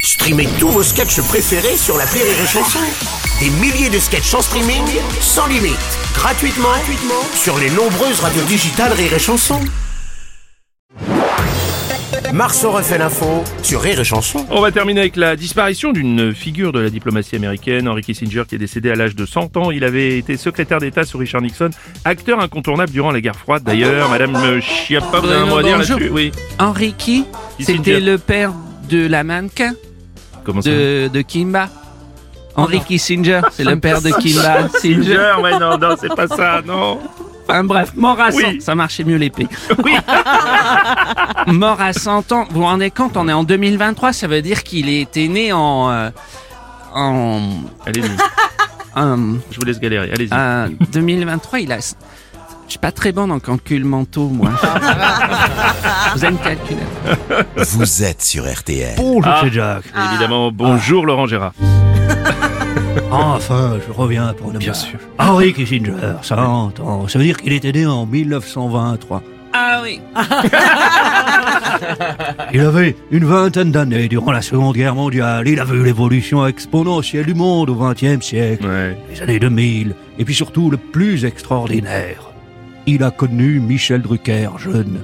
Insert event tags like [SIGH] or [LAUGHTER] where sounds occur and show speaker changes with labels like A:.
A: Streamez tous vos sketchs préférés sur la Rire et Chanson. Des milliers de sketchs en streaming, sans limite, gratuitement, gratuitement sur les nombreuses radios digitales Rire et Chanson. Marceau refait l'info sur Rire et Chanson.
B: On va terminer avec la disparition d'une figure de la diplomatie américaine, Henry Kissinger, qui est décédé à l'âge de 100 ans. Il avait été secrétaire d'État sous Richard Nixon, acteur incontournable durant la guerre froide. D'ailleurs, Madame euh, Chiappa, vous avez un mot à dire
C: Bonjour.
B: là-dessus Oui.
C: Enrique,
B: Kissinger.
C: c'était le père de la mannequin
B: Comment ça
C: de, de Kimba. Henry Kissinger, c'est
B: [LAUGHS]
C: le père de Kimba. Kissinger.
B: Kissinger, ouais, non, non, c'est pas ça, non.
C: Enfin bref, mort à 100,
B: Oui.
C: ça marchait mieux l'épée.
B: [LAUGHS] Oui.
C: Mort à 100 ans, vous vous rendez compte, on est en 2023, ça veut dire qu'il était né en... euh, en...
B: Allez-y,
C: en-
B: je vous laisse galérer, allez-y.
C: en 2023, il a... Je suis pas très bon en calcul mentaux, moi. Vous avez une calculette.
D: Vous êtes sur RTL.
E: Bonjour,
B: Ah.
E: c'est Jack.
B: Évidemment, bonjour Laurent Gérard.
E: Enfin, je reviens pour le
B: Bien
E: match.
B: sûr.
E: Henry Kissinger, 100 ans. Ça veut dire qu'il était né en 1923.
C: Ah oui
B: Ah.
E: Il avait une vingtaine d'années durant la Seconde Guerre mondiale. Il a vu l'évolution exponentielle du monde au XXe siècle,
B: Ouais.
E: les années 2000. Et puis surtout, le plus extraordinaire, il a connu Michel Drucker jeune.